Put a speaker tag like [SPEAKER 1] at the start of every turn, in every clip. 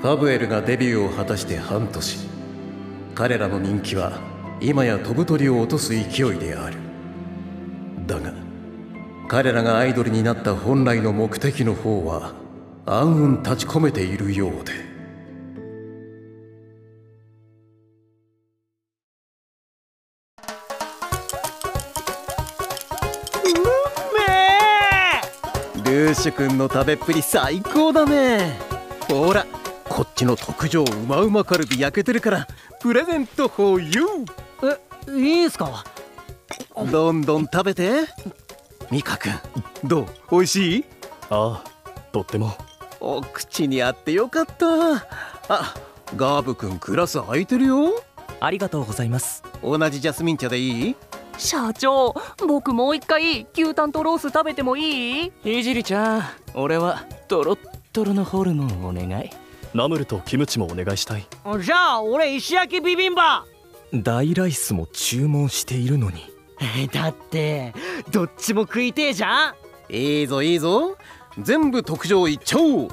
[SPEAKER 1] ファブエルがデビューを果たして半年彼らの人気は今や飛ぶ鳥を落とす勢いであるだが彼らがアイドルになった本来の目的の方は暗雲立ち込めているようでルーシュ君の食べっぷり最高だねほらこっちの特上うまうまカルビ焼けてるからプレゼントほうよ
[SPEAKER 2] えいいんすか
[SPEAKER 1] どんどん食べてミカ君どう美味しい
[SPEAKER 3] ああとっても
[SPEAKER 1] お口に合ってよかったあガーブ君クラス空いてるよ
[SPEAKER 4] ありがとうございます
[SPEAKER 1] 同じジャスミン茶でいい
[SPEAKER 5] 社長僕もう一回牛タンとロース食べてもいい
[SPEAKER 4] いじりちゃん俺はトロットロのホルモンお願い
[SPEAKER 3] ナムルとキムチもお願いしたい
[SPEAKER 2] じゃあ俺石焼きビビンバ
[SPEAKER 4] 大ライスも注文しているのに
[SPEAKER 2] だってどっちも食いてえじゃん
[SPEAKER 1] いいぞいいぞ全部特上一丁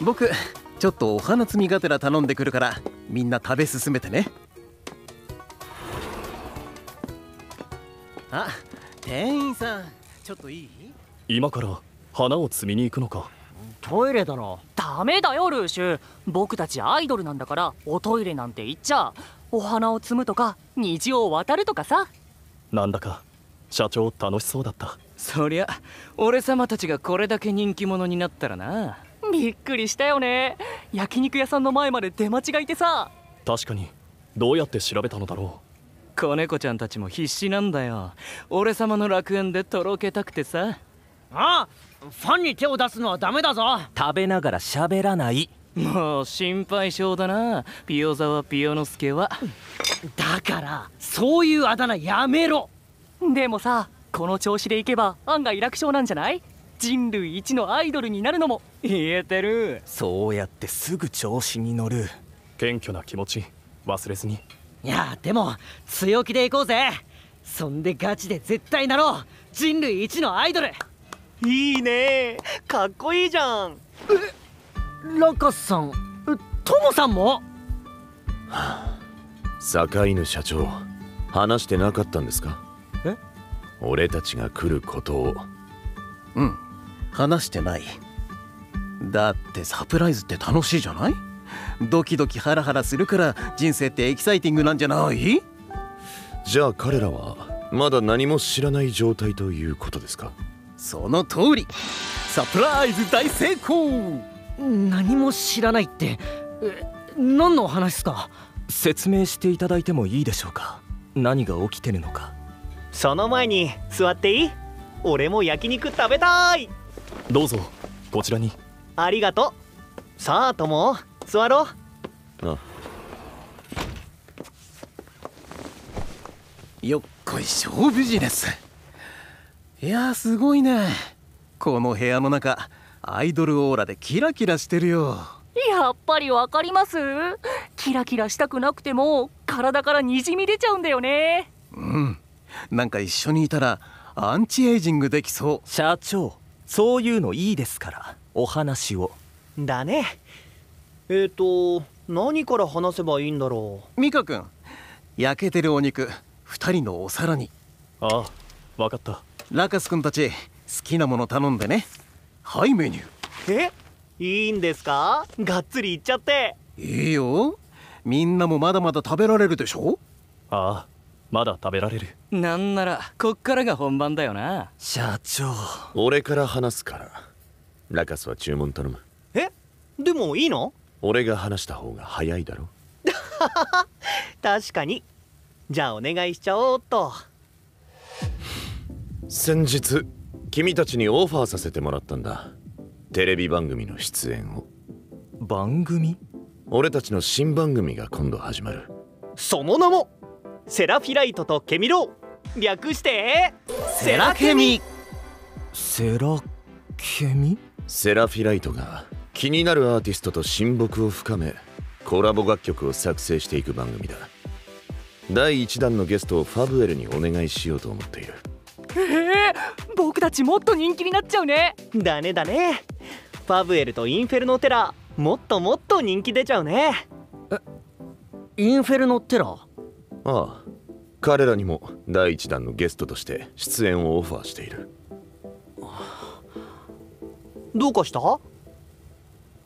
[SPEAKER 1] 僕ちょっとお花摘みがてら頼んでくるからみんな食べ進めてねあ店員さんちょっといい
[SPEAKER 3] 今から花を摘みに行くのか
[SPEAKER 2] トイレだろ
[SPEAKER 5] ダメだよルーシュ僕たちアイドルなんだからおトイレなんて言っちゃお花を摘むとか虹を渡るとかさ
[SPEAKER 3] なんだか社長楽しそうだった
[SPEAKER 4] そりゃ俺様たちがこれだけ人気者になったらな
[SPEAKER 5] びっくりしたよね焼肉屋さんの前まで出間違いてさ
[SPEAKER 3] 確かにどうやって調べたのだろ
[SPEAKER 4] 子猫ちゃんたちも必死なんだよ俺様の楽園でとろけたくてさ
[SPEAKER 2] あファンに手を出すのはダメだぞ
[SPEAKER 6] 食べながら喋らない
[SPEAKER 4] もう心配性だなピオ沢ピオノスケは
[SPEAKER 2] だからそういうあだ名やめろ
[SPEAKER 5] でもさこの調子でいけば案外楽勝なんじゃない人類一のアイドルになるのも
[SPEAKER 4] 言えてる
[SPEAKER 6] そうやってすぐ調子に乗る
[SPEAKER 3] う謙虚な気持ち忘れずに
[SPEAKER 2] いやでも強気でいこうぜそんでガチで絶対なろう人類一のアイドル
[SPEAKER 7] いいねかっこいいじゃん
[SPEAKER 2] ラカスさんトモさんも
[SPEAKER 8] 坂犬社長話してなかったんですか
[SPEAKER 1] え
[SPEAKER 8] 俺たちが来ることを
[SPEAKER 1] うん話してないだってサプライズって楽しいじゃないドキドキハラハラするから人生ってエキサイティングなんじゃない
[SPEAKER 8] じゃあ彼らはまだ何も知らない状態ということですか
[SPEAKER 1] その通りサプライズ大成功
[SPEAKER 2] 何も知らないってえ何の話っすか
[SPEAKER 6] 説明していただいてもいいでしょうか何が起きてるのか
[SPEAKER 7] その前に座っていい俺も焼肉食べたい
[SPEAKER 3] どうぞこちらに
[SPEAKER 7] ありがとうさあとも座ろう
[SPEAKER 1] よっこいしょビジネスいやーすごいねこの部屋の中アイドルオーラでキラキラしてるよ
[SPEAKER 5] やっぱりわかりますキラキラしたくなくても体からにじみ出ちゃうんだよね
[SPEAKER 1] うんなんか一緒にいたらアンチエイジングできそう
[SPEAKER 6] 社長そういうのいいですからお話を
[SPEAKER 7] だねえっ、と何から話せばいいんだろ
[SPEAKER 1] ミカ君焼けてるお肉2人のお皿に
[SPEAKER 3] ああわかった
[SPEAKER 1] ラカス君たち好きなもの頼んでねはいメニ
[SPEAKER 7] う
[SPEAKER 1] ュ
[SPEAKER 7] えいいんですかがっつりいっちゃって
[SPEAKER 1] ーいいよみんなもまだまだ食べられるでしょ
[SPEAKER 3] ああまだ食べられる
[SPEAKER 4] なんならこっからが本番だよな
[SPEAKER 6] 社長
[SPEAKER 8] 俺から話すからラカスは注文頼む
[SPEAKER 7] えでもいいの
[SPEAKER 8] 俺が話した方が早いだろ
[SPEAKER 7] 確かにじゃあお願いしちゃおうっと
[SPEAKER 8] 先日君たちにオファーさせてもらったんだテレビ番組の出演を
[SPEAKER 6] 番組
[SPEAKER 8] 俺たちの新番組が今度始まる
[SPEAKER 7] その名もセラフィライトとケミロ略して
[SPEAKER 1] セラケミ
[SPEAKER 6] セラケミ
[SPEAKER 8] セラフィライトが気になるアーティストと親睦を深めコラボ楽曲を作成していく番組だ第1弾のゲストをファブエルにお願いしようと思っている
[SPEAKER 5] 僕たちもっと人気になっちゃうね
[SPEAKER 7] だねだねパブエルとインフェルノテラもっともっと人気出ちゃうね
[SPEAKER 2] インフェルノテラ
[SPEAKER 8] ああ彼らにも第一弾のゲストとして出演をオファーしている
[SPEAKER 7] どうかした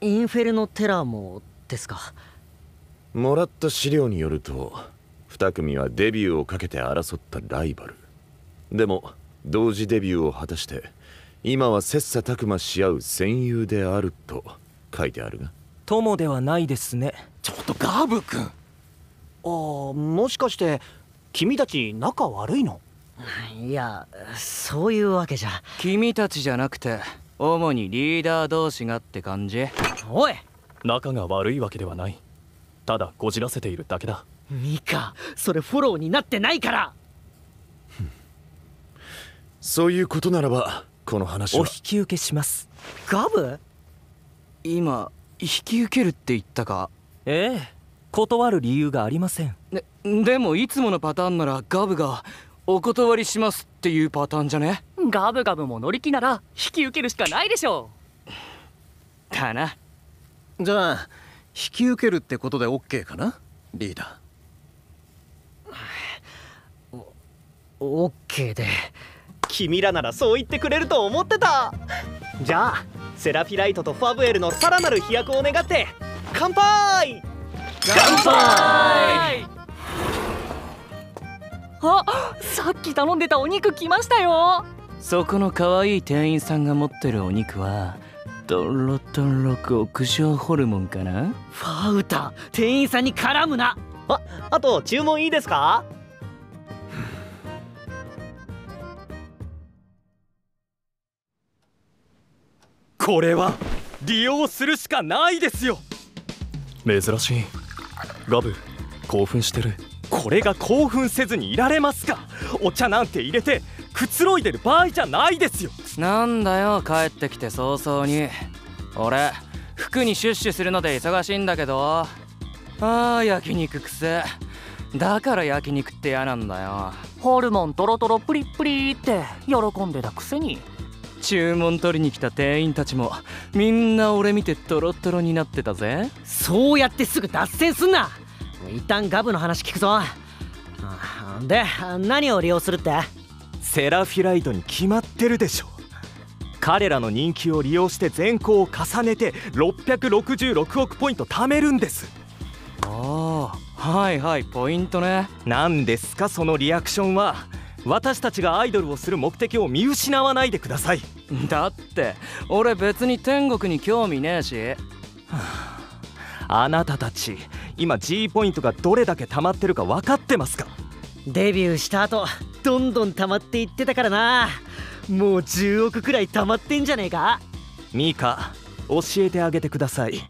[SPEAKER 2] インフェルノテラもですか
[SPEAKER 8] もらった資料によると2組はデビューをかけて争ったライバルでも同時デビューを果たして今は切磋琢磨し合う戦友であると書いてあるが
[SPEAKER 6] 友ではないですね
[SPEAKER 4] ちょっとガブ君
[SPEAKER 7] あーもしかして君たち仲悪いの
[SPEAKER 2] いやそういうわけじゃ
[SPEAKER 4] 君たちじゃなくて主にリーダー同士がって感じ
[SPEAKER 2] おい
[SPEAKER 3] 仲が悪いわけではないただこじらせているだけだ
[SPEAKER 2] ミカそれフォローになってないから
[SPEAKER 8] そういうことならばこの話
[SPEAKER 6] お
[SPEAKER 8] は
[SPEAKER 6] 引き受けします
[SPEAKER 2] ガブ
[SPEAKER 4] 今引き受けるって言ったか
[SPEAKER 6] ええ断る理由がありません
[SPEAKER 4] ねでもいつものパターンならガブがお断りしますっていうパターンじゃね
[SPEAKER 5] ガブガブも乗り気なら引き受けるしかないでしょ
[SPEAKER 4] だな
[SPEAKER 1] じゃあ引き受けるってことで OK かなリーダ
[SPEAKER 2] オッケーで
[SPEAKER 7] 君らならそう言ってくれると思ってたじゃあセラフィライトとファブエルのさらなる飛躍を願って乾杯
[SPEAKER 5] あさっき頼んでたお肉来ましたよ
[SPEAKER 4] そこの可愛い店員さんが持ってるお肉はドロドロ極上ホルモンかな
[SPEAKER 2] ファウタ店員さんに絡むな
[SPEAKER 7] あと注文いいですか
[SPEAKER 3] これは利用するしかないですよ珍しいガブ興奮してる
[SPEAKER 9] これが興奮せずにいられますかお茶なんて入れてくつろいでる場合じゃないですよ
[SPEAKER 4] なんだよ帰ってきて早々に俺服にシュッシュするので忙しいんだけどあー焼肉くせえだから焼肉って嫌なんだよ
[SPEAKER 5] ホルモントロトロプリップリって喜んでたくせに
[SPEAKER 4] 注文取りに来た店員たちもみんな俺見てトロトロになってたぜ
[SPEAKER 2] そうやってすぐ脱線すんな一旦ガブの話聞くぞあで何を利用するって
[SPEAKER 9] セラフィライトに決まってるでしょ彼らの人気を利用して全校を重ねて666億ポイント貯めるんです
[SPEAKER 4] ああはいはいポイントね
[SPEAKER 9] 何ですかそのリアクションは私たちがアイドルをする目的を見失わないでください
[SPEAKER 4] だって俺別に天国に興味ねえし
[SPEAKER 9] あなたたち今 G ポイントがどれだけ溜まってるか分かってますか
[SPEAKER 2] デビューした後どんどん溜まっていってたからなもう10億くらい溜まってんじゃねえか
[SPEAKER 9] ミカ教えてあげてください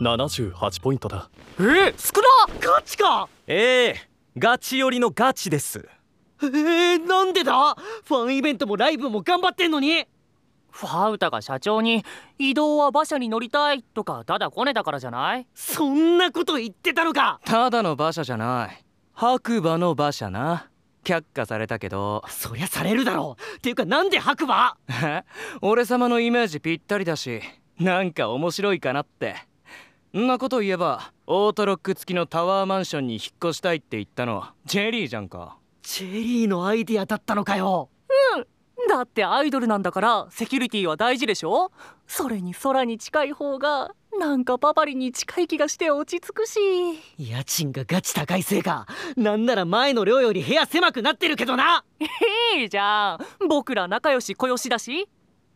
[SPEAKER 3] 78ポイントだ
[SPEAKER 5] え少な
[SPEAKER 2] ガチか
[SPEAKER 9] ええガチ寄りのガチです
[SPEAKER 2] えー、なんでだファンイベントもライブも頑張ってんのに
[SPEAKER 5] ファウタが社長に移動は馬車に乗りたいとかただこねたからじゃない
[SPEAKER 2] そんなこと言ってたのか
[SPEAKER 4] ただの馬車じゃない白馬の馬車な却下されたけど
[SPEAKER 2] そりゃされるだろうっていうかなんで白馬
[SPEAKER 4] え俺様のイメージぴったりだしなんか面白いかなってんなこと言えばオートロック付きのタワーマンションに引っ越したいって言ったのジェリーじゃんか
[SPEAKER 2] チェリーのアイディアだったのかよ
[SPEAKER 5] だってアイドルなんだからセキュリティは大事でしょそれに空に近い方がなんかパパリに近い気がして落ち着くし
[SPEAKER 2] 家賃がガチ高いせいかなんなら前の寮より部屋狭くなってるけどない
[SPEAKER 5] いじゃん僕ら仲良し小良しだし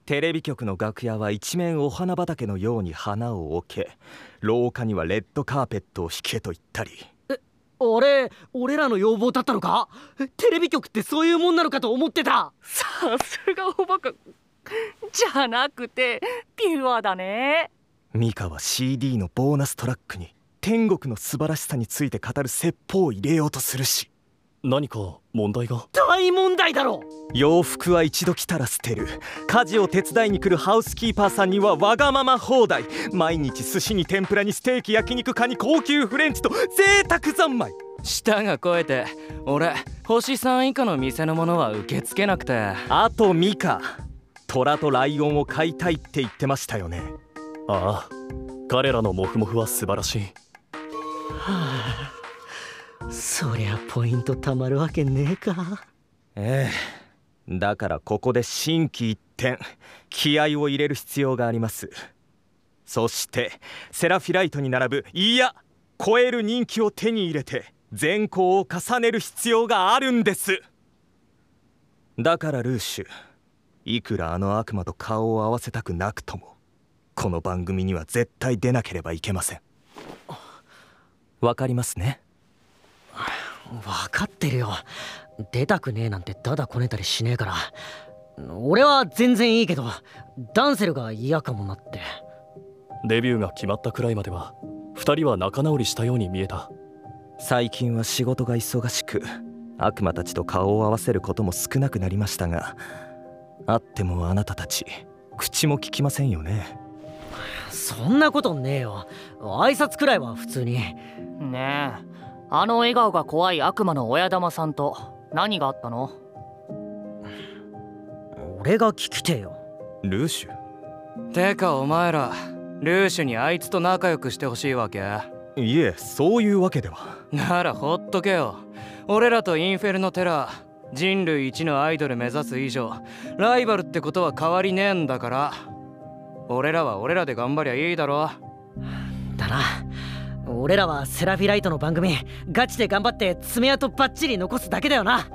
[SPEAKER 9] テレビ局の楽屋は一面お花畑のように花を置け廊下にはレッドカーペットを引けと言ったり
[SPEAKER 2] あれ俺らの要望だったのかえテレビ局ってそういうもんなのかと思ってた
[SPEAKER 5] さすがおバカじゃなくてピュアだね
[SPEAKER 9] ミカは CD のボーナストラックに天国の素晴らしさについて語る説法を入れようとするし
[SPEAKER 3] 何か問題が
[SPEAKER 2] 大問題だろ
[SPEAKER 9] 洋服は一度着たら捨てる家事を手伝いに来るハウスキーパーさんにはわがまま放題毎日寿司に天ぷらにステーキ焼肉カニ高級フレンチと贅沢三昧
[SPEAKER 4] 舌が肥えて俺星3以下の店のものは受け付けなくて
[SPEAKER 9] あとミカ虎とライオンを飼いたいって言ってましたよね
[SPEAKER 3] ああ彼らのモフモフは素晴らしい
[SPEAKER 2] はあそりゃポイントたまるわけねえか
[SPEAKER 9] ええだからここで心機一転気合を入れる必要がありますそしてセラフィライトに並ぶいや超える人気を手に入れて善行を重ねる必要があるんですだからルーシュいくらあの悪魔と顔を合わせたくなくともこの番組には絶対出なければいけませんわかりますね
[SPEAKER 2] 分かってるよ出たくねえなんてダダこねたりしねえから俺は全然いいけどダンセルが嫌かもなって
[SPEAKER 3] デビューが決まったくらいまでは2人は仲直りしたように見えた
[SPEAKER 9] 最近は仕事が忙しく悪魔たちと顔を合わせることも少なくなりましたがあってもあなたたち口も聞きませんよね
[SPEAKER 2] そんなことねえよ挨拶くらいは普通に
[SPEAKER 5] ねえあの笑顔が怖い悪魔の親玉さんと何があったの
[SPEAKER 2] 俺が聞きてよ
[SPEAKER 9] ルーシュ
[SPEAKER 4] てかお前らルーシュにあいつと仲良くしてほしいわけ
[SPEAKER 9] いえそういうわけでは
[SPEAKER 4] ならほっとけよ俺らとインフェルノテラー人類一のアイドル目指す以上ライバルってことは変わりねえんだから俺らは俺らで頑張りゃいいだろ
[SPEAKER 2] だな俺らはセラフィライトの番組ガチで頑張って爪痕バッチリ残すだけだよな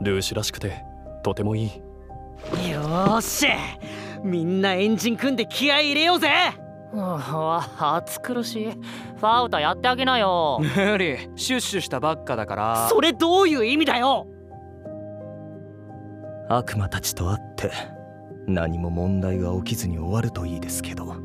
[SPEAKER 3] ルーシらしくてとてもいい
[SPEAKER 2] よーしみんなエンジン組んで気合い入れようぜ
[SPEAKER 5] うわ暑苦しいファウタやってあげなよ
[SPEAKER 4] 無理シュッシュしたばっかだから
[SPEAKER 2] それどういう意味だよ
[SPEAKER 9] 悪魔たちと会って何も問題が起きずに終わるといいですけど